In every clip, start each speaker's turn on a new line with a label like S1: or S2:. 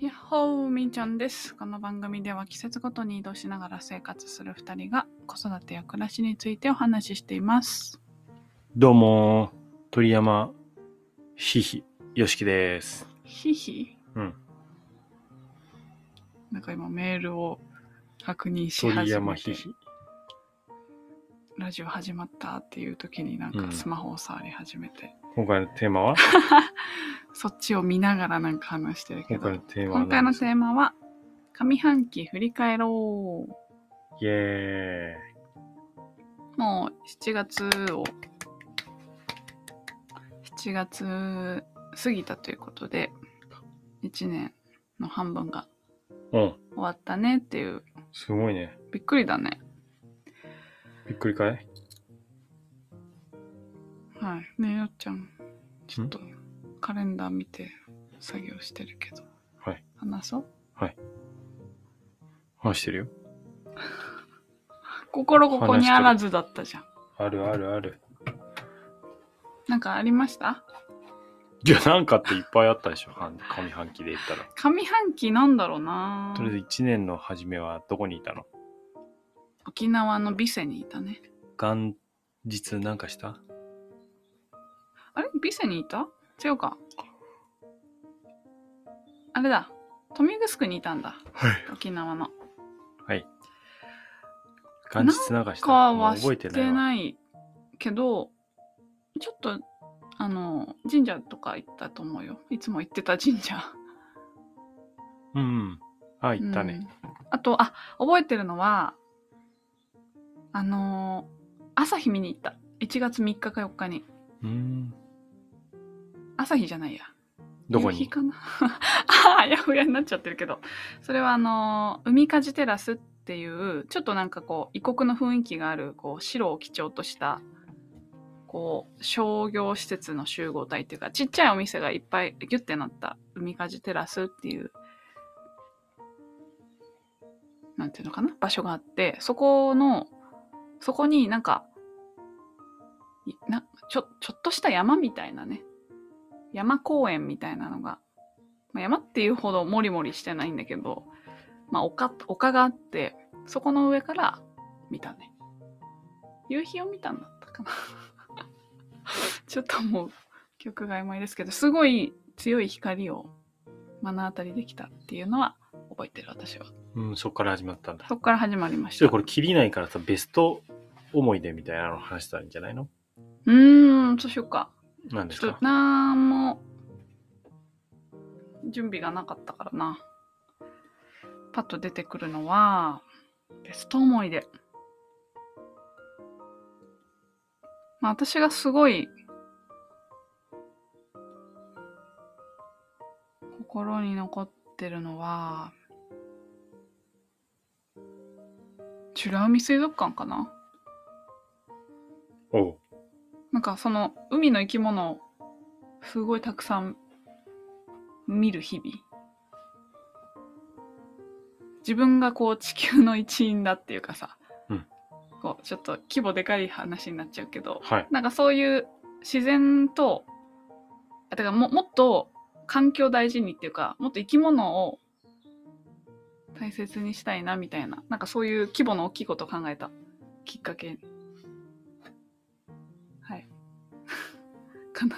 S1: みーちゃんです。この番組では季節ごとに移動しながら生活する2人が子育てや暮らしについてお話ししています。
S2: どうも、鳥山ひひよしきです。
S1: ひひ。
S2: うん。
S1: なんか今メールを確認し
S2: 鳥
S1: 始
S2: 山
S1: め
S2: ひ
S1: て
S2: ひ。
S1: ラジオ始まったっていう時になん
S2: う
S1: か
S2: ん
S1: スマホを触り始めて、
S2: 今回のテーマ は
S1: そっちを見ながらなんか話してるけ
S2: 今
S1: ど
S2: 回のテーマは
S1: 今回の
S2: 何です
S1: テ
S2: か
S1: ーマは上半期振り返ろう。
S2: イエ
S1: もう7月を、7月過ぎたということで、1年の半分が
S2: ーイ。うん、
S1: 終わったねっていう、
S2: すごいね。
S1: びっくりだね。
S2: びっくりかい
S1: はい。ねえ、よっちゃん、ちょっとカレンダー見て作業してるけど、
S2: はい。
S1: 話そう。
S2: 話してるよ。
S1: 心ここにあらずだったじゃん。
S2: あるあるある。
S1: なんかありました
S2: いや、なんかっていっぱいあったでしょ。半上半期で言ったら。
S1: 上半期なんだろうな
S2: とりあえず1年の初めはどこにいたの
S1: 沖縄のビセにいたね。
S2: 元日なんかした
S1: あれビセにいた違うか。あれだ。豊見城にいたんだ。
S2: はい。
S1: 沖縄の。
S2: はい。元日なんかした
S1: か
S2: もう
S1: は知
S2: 覚
S1: っ
S2: えて
S1: て
S2: ないわ。
S1: ないけど、ちょっと、あの、神社とか行ったと思うよ。いつも行ってた神社。
S2: うんうん。あ、行った
S1: う
S2: ね
S1: ん。あと、あ、覚えてるのは、あのー朝日見に行った。1月3日か4日に。
S2: うん。
S1: 朝日じゃないや。
S2: どこ
S1: 夕日
S2: に
S1: かな ああやふやになっちゃってるけどそれはあのー海風テラスっていうちょっとなんかこう異国の雰囲気があるこう白を基調としたこう商業施設の集合体っていうかちっちゃいお店がいっぱいギュッてなった海風テラスっていうなんていうのかな場所があってそこのそこになんかいなちょちょっとした山みたいなね山公園みたいなのが、まあ、山っていうほどモリモリしてないんだけど、まあ、丘丘があってそこの上から見たね夕日を見たんだったかな ちょっともう記憶が曖昧ですけどすごい強い光を目の当たりできたっていうのは覚えてる私は
S2: うん、そっから始まったんだ。
S1: そこから始まりまし
S2: ちょ
S1: た
S2: っとこれ切りないからさ、ベスト思い出みたいなの話したんじゃないの
S1: うーんそうしようか
S2: なんです
S1: ちょっ
S2: か
S1: となんも準備がなかったからな。パッと出てくるのは、ベスト思い出。まあ、私がすごい心に残ってるのは、美ら海水族館かな
S2: おう。
S1: なんかその海の生き物をすごいたくさん見る日々。自分がこう地球の一員だっていうかさ、
S2: うん
S1: こうちょっと規模でかい話になっちゃうけど、
S2: はい。
S1: なんかそういう自然と、あてかももっと環境を大事にっていうか、もっと生き物を大切にしたいなみたいな、なんかそういう規模の大きいことを考えたきっかけ。はい。 かな。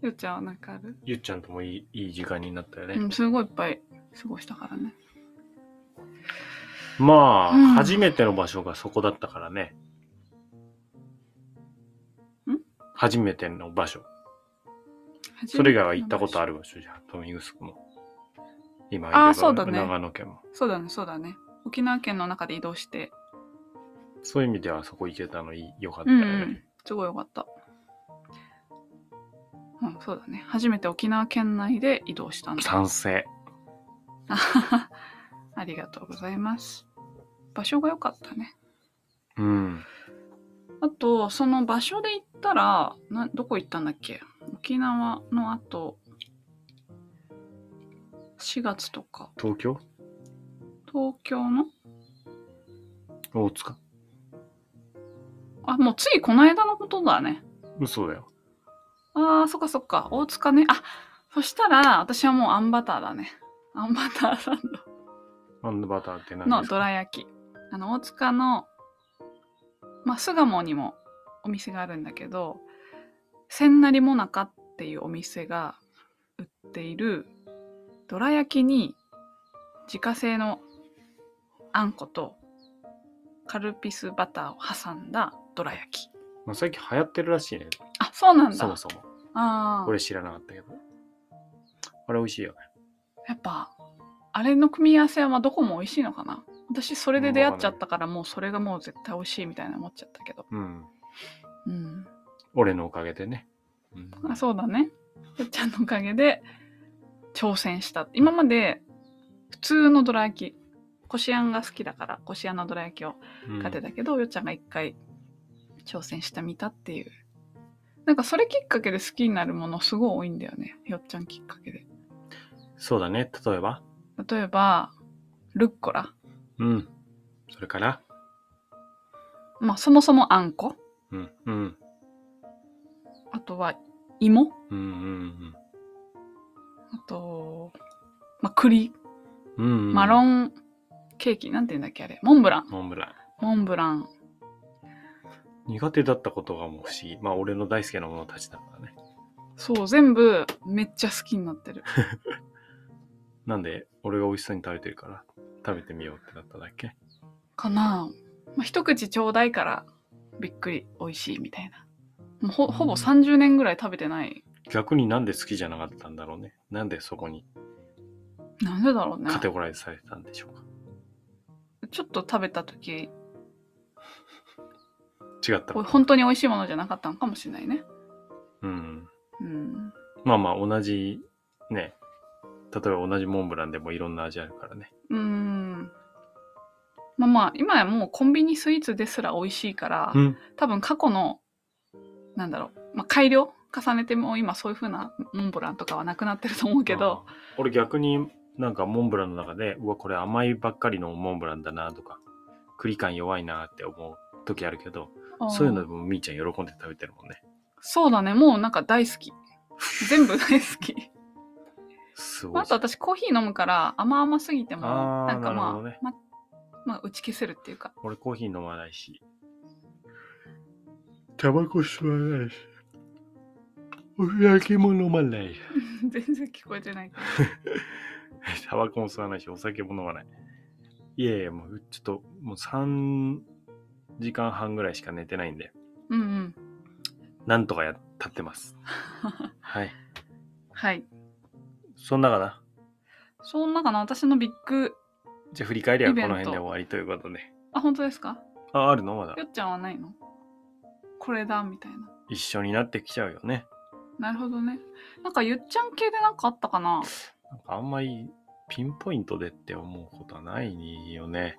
S1: よっちゃんはなんかある、
S2: ゆっちゃんともいいいい時間になったよね。
S1: うん、すごいいっぱい過ごしたからね。
S2: まあ、
S1: うん
S2: 初めての場所がそこだったからね。
S1: ん
S2: 初めての場所。それ以外は行ったことあ
S1: る。
S2: る場所じゃん。豊見城も。今い
S1: あー
S2: る
S1: そうだね
S2: 長野県も。
S1: そうだね、そうだね。沖縄県の中で移動して、
S2: そういう意味ではそこ行けたのいいよかった
S1: う
S2: よ
S1: ん、
S2: ね。
S1: うん、すごいよかった。うん、そうだね。初めて沖縄県内で移動したんだ。
S2: 賛成。
S1: あははありがとうございます。場所が良かったね。
S2: うん。
S1: あと、その場所で行ったら、などこ行ったんだっけ沖縄の後、4月とか、
S2: 東京
S1: 東京の
S2: 大塚
S1: あ、もうついこの間のことだね。
S2: 嘘だよ。
S1: あー、そっかそっか。大塚ね。あ、そしたら、私はもうあんバターだね。あんバターサン
S2: アンドバターって
S1: ド
S2: 何
S1: の
S2: です
S1: ど
S2: から
S1: 焼き。あの、大塚の、まあ、巣鴨にもお店があるんだけど、千成もなかっていうお店が売っている、どら焼きに自家製のあんことカルピスバターを挟んだどら焼き。
S2: まあ、最近流行ってるらしいね。
S1: あ、そうなんだ。
S2: そもそも。
S1: ああ。
S2: 俺知らなかったけど。あれ美味しいよね。
S1: やっぱあれの組み合わせはまあどこも美味しいのかな私それで出会っちゃったからもうそれがもう絶対美味しいみたいな思っちゃったけど
S2: うん。
S1: うん
S2: 俺のおかげでね。うん
S1: あそうだねよっちゃんのおかげで挑戦した今まで普通のどら焼きこしあんが好きだからこしあんのどら焼きを
S2: うん
S1: 買ってたけど、よっちゃんが一回挑戦してみたっていうなんかそれきっかけで好きになるものすごい多いんだよねよっちゃんきっかけで
S2: そうだね。例えば。
S1: 例えばルッコラ
S2: うん。それから。
S1: まあそもそもあんこ
S2: うん。うん。
S1: あとは芋
S2: うんうん
S1: あと、まあ、栗、
S2: うん。うん、うん。
S1: マロ。ンケーキ、なんて言うんだっけあれ、モンブラン。
S2: モンブラン。
S1: モンブラン。
S2: 苦手だったことがもう不思議。まあ俺の大好きなものたちだからね。
S1: そう、全部めっちゃ好きになってる。
S2: なんで俺が美味しそうに食べてるから食べてみようってなっただけ。
S1: かなぁまあ、一口ちょうだいからびっくり、美味しいみたいな。もうほほぼ30年ぐらい食べてない。
S2: 逆になんで好きじゃなかったんだろうね。なんでそこに
S1: なんでだろうね。
S2: カテゴライズされてたんでしょうか。
S1: ちょっと食べた時
S2: 違った
S1: こ
S2: の
S1: う本当に美味しいものじゃなかったのかもしれないね。
S2: うん。
S1: うん。
S2: まあまあ同じね。例えば同じモンブランでもいろんな味あるからね。
S1: うーん。まあまあ、今やもうコンビニスイーツですら美味しいから、
S2: うん。
S1: 多分過去の、なんだろう、まあ、改良重ねても今そういう風なモンブランとかはなくなってると思うけど、
S2: あー。俺逆になんかモンブランの中で、うわ、これ甘いばっかりのモンブランだなとか、栗感弱いなって思う時あるけど、
S1: あー
S2: そういうのでもみーちゃん喜んで食べてるもんね。
S1: そうだね、もうなんか大好 き。全部大好き。
S2: すごい。
S1: あと私コーヒー飲むから甘々すぎても、
S2: あ
S1: な
S2: ー
S1: んかま
S2: なる
S1: あ、
S2: ほどね
S1: ままあ打ち消せるっていうか、
S2: 俺コーヒー飲まないし。タバコ吸わないし。お酒も飲まないし。
S1: 全然聞こえてないけど。
S2: タバコも吸わないし、お酒も飲まない。いやいや、もうちょっと、もう3時間半ぐらいしか寝てないんで、
S1: うんうん。
S2: なんとかや立ってます。はい。
S1: はい。
S2: そんなかな。
S1: そんなかな、私のビッグ、
S2: じゃあ振り返りは
S1: イ
S2: こ
S1: ベン
S2: の
S1: ト
S2: 辺で終わりということで。
S1: あ、本当ですか
S2: あ、あるのまだ
S1: よ。っちゃんはないのこれだ、みたいな。
S2: 一緒になってきちゃうよね。
S1: なるほどね。なんかゆっちゃん系でなんかあったかな
S2: なんかあんまりピンポイントでって思うことはないよね。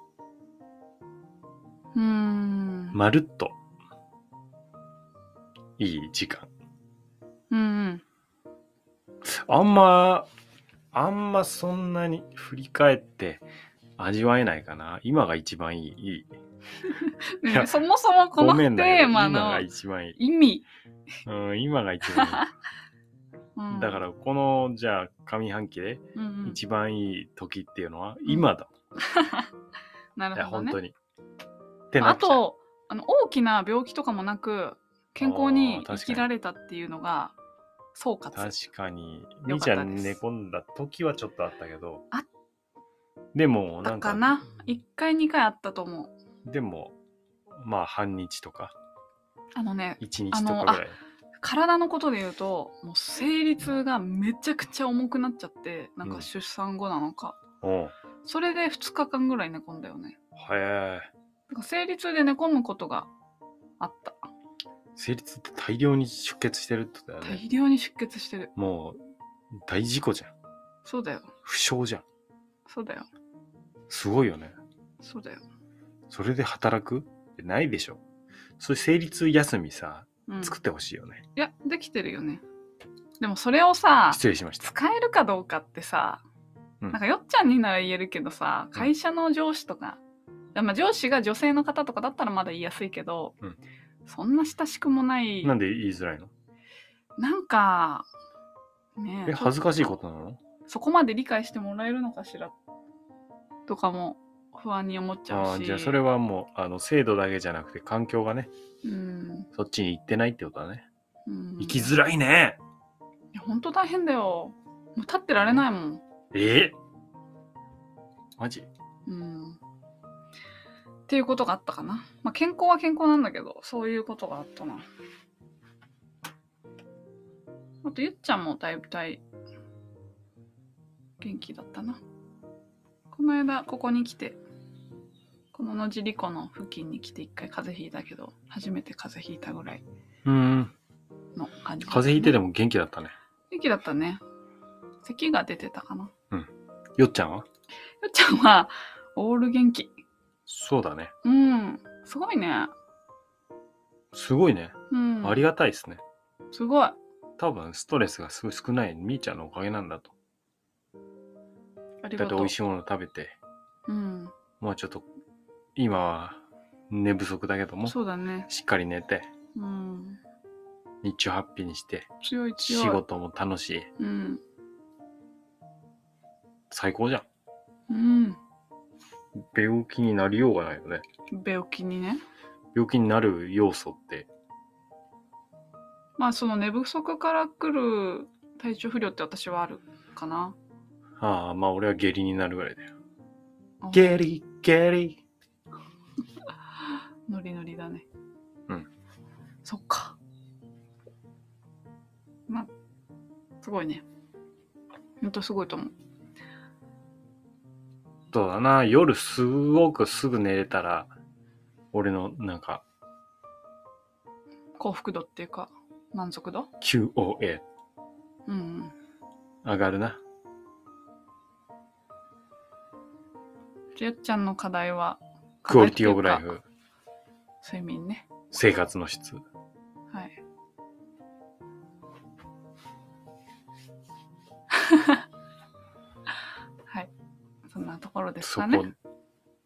S1: うーん。
S2: まるっと、いい時間。
S1: うんうん。
S2: あんま、あんまそんなに振り返って味わえないかな。今が一番いい。いい
S1: ね
S2: いや
S1: そもそもこ
S2: ご
S1: の
S2: めんだけ
S1: テ
S2: ど
S1: ーマ
S2: 今が
S1: の
S2: 一番いい。
S1: 意味。
S2: うん、今が一番 いい。だか、ら、この、じゃあ、上半期で
S1: うんうん
S2: 一番いい時っていうのは、今だ。
S1: ないる
S2: や、
S1: ほど
S2: 本
S1: ね
S2: 当。に。ってな
S1: あ
S2: っちゃう。
S1: とあの、大きな病気とかもなく、健康
S2: あ
S1: に
S2: ー確かに
S1: 生きられたっていうのが、総括。
S2: 確かに。み
S1: 良
S2: ー
S1: か
S2: ち
S1: っ
S2: ゃ
S1: た
S2: ん
S1: です
S2: 寝込んだ時はちょっとあったけど。
S1: あ
S2: でも、な
S1: だ
S2: ん
S1: か
S2: か、
S1: な。1回、2回あったと思う。
S2: でも、まあ、半日とか、
S1: あのね、
S2: 一日とかぐらい。
S1: 体のことで言うと、もう生理痛がめちゃくちゃ重くなっちゃって、なん
S2: うん
S1: か出産後なのか。
S2: うん。
S1: それで2日間ぐらい寝込んだよね。
S2: へえ。
S1: なんか生理痛で寝込むことがあった。
S2: 生理痛って大量に出血してるってことだよね。
S1: 大量に出血してる。
S2: もう、大事故じゃん。
S1: そうだよ。
S2: 負傷じゃん。
S1: そうだよ。
S2: すごいよね。
S1: そうだよ。
S2: それで働くってないでしょ。そういう生理痛休みさ、
S1: うん、
S2: 作ってほしいよね。
S1: いやできてるよねでもそれをさ
S2: 失礼しました。
S1: 使えるかどうかってさ、
S2: うん
S1: なんかよっちゃんになら言えるけどさ
S2: うん
S1: 会社の上司とか、まあ、上司が女性の方とかだったらまだ言いやすいけど、
S2: うん
S1: そんな親しくもない
S2: なんで言いづらいの
S1: なんかね
S2: え、恥ずかしいことなの
S1: そこまで理解してもらえるのかしらとかも不安に思っちゃ
S2: あ
S1: う
S2: ー
S1: し。
S2: じゃあそれはもうあの制度だけじゃなくて環境がね
S1: うん、
S2: そっちに行ってないってことだね
S1: うん。
S2: 行きづらいね
S1: いや、ほんと大変だよ。もう立ってられないもん。
S2: ええマジ
S1: うん。っていうことがあったかな。まあ、健康は健康なんだけど、そういうことがあったな。あと、ゆっちゃんもだいぶ大、元気だったな。この間、ここに来て、この野尻湖の付近に来て一回風邪ひいたけど、初めて風邪ひいたぐらい
S2: うん
S1: の感じ、
S2: 風邪ひいてで
S1: も。
S2: も元気だったね
S1: 元気だったね。咳が出てたかな。
S2: よっちゃんは
S1: ゆっちゃんは、オール元気。
S2: そうだね
S1: うん。すごいね。
S2: すごいね、
S1: うん。
S2: ありがたいですね
S1: すごい。
S2: 多分ストレスがすごい少ないみーちゃんのおかげなんだと
S1: ありが
S2: だって
S1: とう。
S2: 美味しいもの食べて
S1: うん。
S2: まあちょっと今は寝不足だけどもし
S1: そうだね。
S2: っかり寝て
S1: うん。
S2: 日中ハッピーにして
S1: 強い強い。
S2: 仕。事も楽しい
S1: うん。
S2: 最高じゃん
S1: うん。
S2: 病気になりようがないよね
S1: 病気にね。
S2: 病気になる要素って
S1: まあその寝不足から来る体調不良って私はあるかな。
S2: ああまあ俺は下痢になるぐらいだよ
S1: あ
S2: 下痢下痢
S1: ノリノリだね。
S2: うん。
S1: そっか。まあ、すごいね。ほんとすごいと思う。
S2: そうだな夜すごくすぐ寝れたら俺のなんか
S1: 幸福度っていうか、満足度
S2: QOA
S1: うんうん。
S2: 上がるな
S1: じゃあやっちゃんの課題は、
S2: クオリティオブライ
S1: 課題っていう
S2: フ
S1: か。睡眠ね。
S2: 生活の質
S1: はい。はい。そんなところです
S2: そ
S1: か
S2: こ
S1: ね。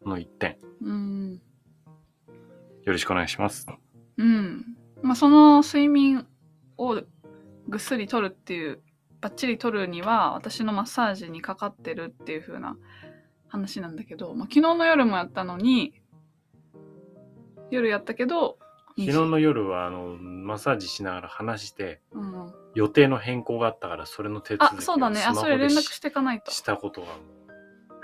S2: の一点
S1: うん。
S2: よろしくお願いします
S1: うん。まあ、その睡眠をぐっすりとるっていう、ばっちりとるには、私のマッサージにかかってるっていう風な話なんだけど、まあ、昨日の夜もやったのに、夜やったけど、
S2: 昨日の夜はあのマッサージしながら話して
S1: うん、
S2: 予定の変更があったからそれの手続き
S1: あ
S2: を、
S1: そうだね。あ、
S2: ス
S1: そ
S2: マホ
S1: れ
S2: で
S1: 連
S2: し
S1: 絡していかないと。
S2: したことがもう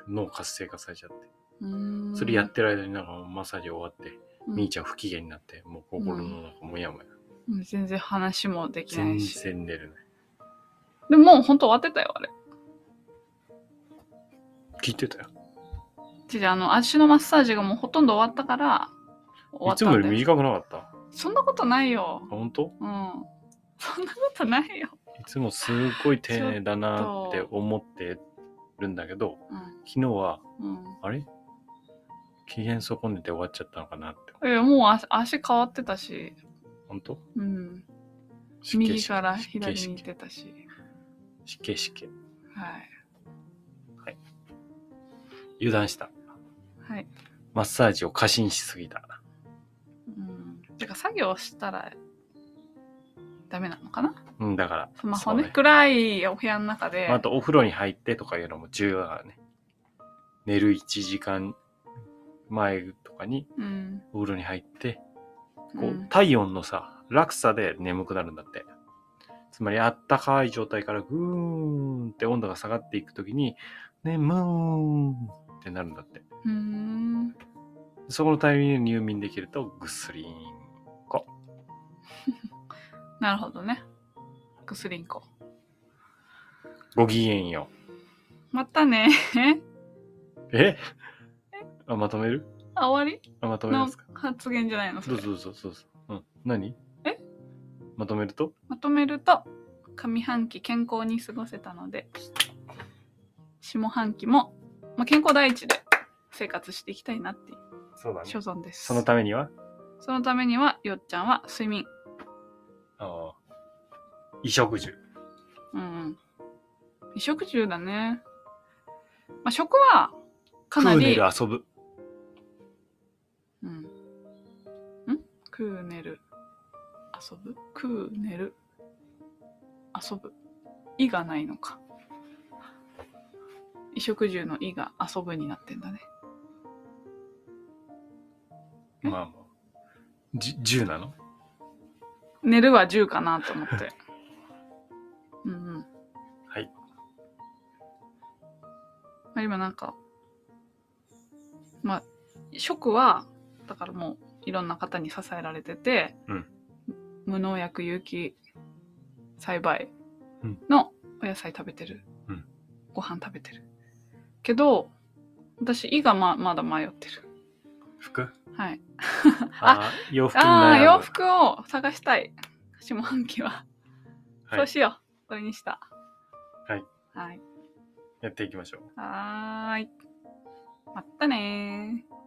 S2: 脳活性化されちゃって
S1: うーん
S2: それやってる間になんかもうマッサージ終わって、
S1: うん
S2: みーちゃん不機嫌になってもう心の中もやもや、
S1: うん全然話もできな
S2: 全
S1: いし。
S2: 然寝れない
S1: でももう本当終わってたよ、あれ。
S2: 聞いてたよ
S1: ちじあの、足のマッサージがもうほとんど終わったから、終わ
S2: い
S1: っ
S2: つ
S1: た
S2: もよ
S1: ん
S2: り
S1: だよ。
S2: 短くなかったあ
S1: そんなことないよ。
S2: 本当
S1: うん。そんなことないよ。
S2: いつもすっごい丁寧だなって思ってるんだけど昨日は
S1: うん。
S2: あれ機嫌損ねて終わっちゃったのかなって
S1: うん。いや、もう足足変わってたし、
S2: 本当
S1: うん。
S2: 失敬
S1: 右
S2: 失敬
S1: から
S2: 失敬
S1: 左に
S2: 失
S1: 行っ
S2: 敬
S1: てたし。
S2: 失敬失敬
S1: はい。
S2: 油断した
S1: はい。
S2: マッサージを過信しすぎた
S1: うん。てか、作業したら、ダメなのかな
S2: うんだから
S1: スマホ
S2: そう
S1: ね。暗いお部屋の中で。
S2: あとお風呂に入ってとかいうのも重要だからね。寝る1時間前とかに
S1: うん。
S2: お風呂に入って、
S1: う
S2: こうん体温のさ、落差で眠くなるんだって。つまりあったかい状態からぐーんって温度が下がっていくときに、眠ーんってなるんだって。
S1: うーん。
S2: そこのタイミングで入眠できるとぐっすりーん。
S1: なるほどね。ぐすりんこ。
S2: ごきげんよ
S1: またね。
S2: う。えあ、まとめる
S1: あ、終わ
S2: あ、まと
S1: り
S2: めま
S1: の
S2: すか
S1: 発言じゃないのそ
S2: ど
S1: れ
S2: うぞどうぞどうぞ。うん。何
S1: え
S2: まとめると
S1: まとめると、上半期健康に過ごせたので、下半期も、まあ、健康第一で生活していきたいなっていう
S2: そうだ
S1: 所存です。
S2: そのためには
S1: そのためには、よっちゃんは睡眠。
S2: ああ。衣食住。
S1: うんうん。衣食住だね。まあ、食は、かなり、
S2: 食う寝る遊ぶ。
S1: うん。ん食う寝る遊ぶ食う寝る遊ぶ。意がないのか。衣食住の「い」が遊ぶになってんだねえ
S2: まあまあ。じ、10なの
S1: 寝るは10かなと思って うんうん
S2: はい
S1: まあ今なんかまあ食はだからもういろんな方に支えられてて、
S2: うん
S1: 無農薬有機栽培
S2: うん
S1: のお野菜食べてる、
S2: うん
S1: ご飯食べてるけど私「い」がままだ迷ってる
S2: 服
S1: はい
S2: あー、洋服に
S1: ああ
S2: 悩
S1: ー
S2: む。
S1: 洋服を探したい下半期は、
S2: はい
S1: そうしようこれにした
S2: はい
S1: はい
S2: やっていきましょう。
S1: はーいまったねー